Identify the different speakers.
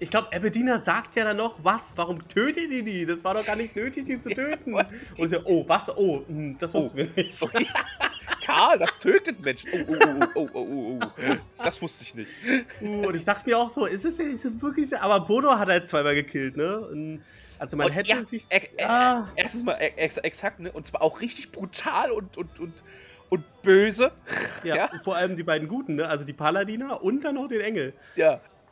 Speaker 1: Ich glaube, Aberdeener sagt ja dann noch, was, warum tötet ihr die? Das war doch gar nicht nötig, die zu töten. Und sie, oh, was, oh, hm, das
Speaker 2: Oh.
Speaker 1: wussten wir nicht.
Speaker 2: Sorry. Karl, das tötet Menschen. Oh, oh, oh, oh, oh, oh, oh. Das wusste ich nicht.
Speaker 1: Uh, Und ich dachte mir auch so, ist es, ist es wirklich, aber Bodo hat halt zweimal gekillt, ne? Und, also man
Speaker 2: Und
Speaker 1: hätte
Speaker 2: ja,
Speaker 1: sich,
Speaker 2: ex- ex-
Speaker 1: ah,
Speaker 2: Erstens mal e- ex exakt, ne? Und zwar auch richtig brutal und, und, und, und böse.
Speaker 1: ja,
Speaker 2: ja.
Speaker 1: vor allem die beiden Guten, ne? Also die Paladiner und dann noch den Engel.
Speaker 2: Ja,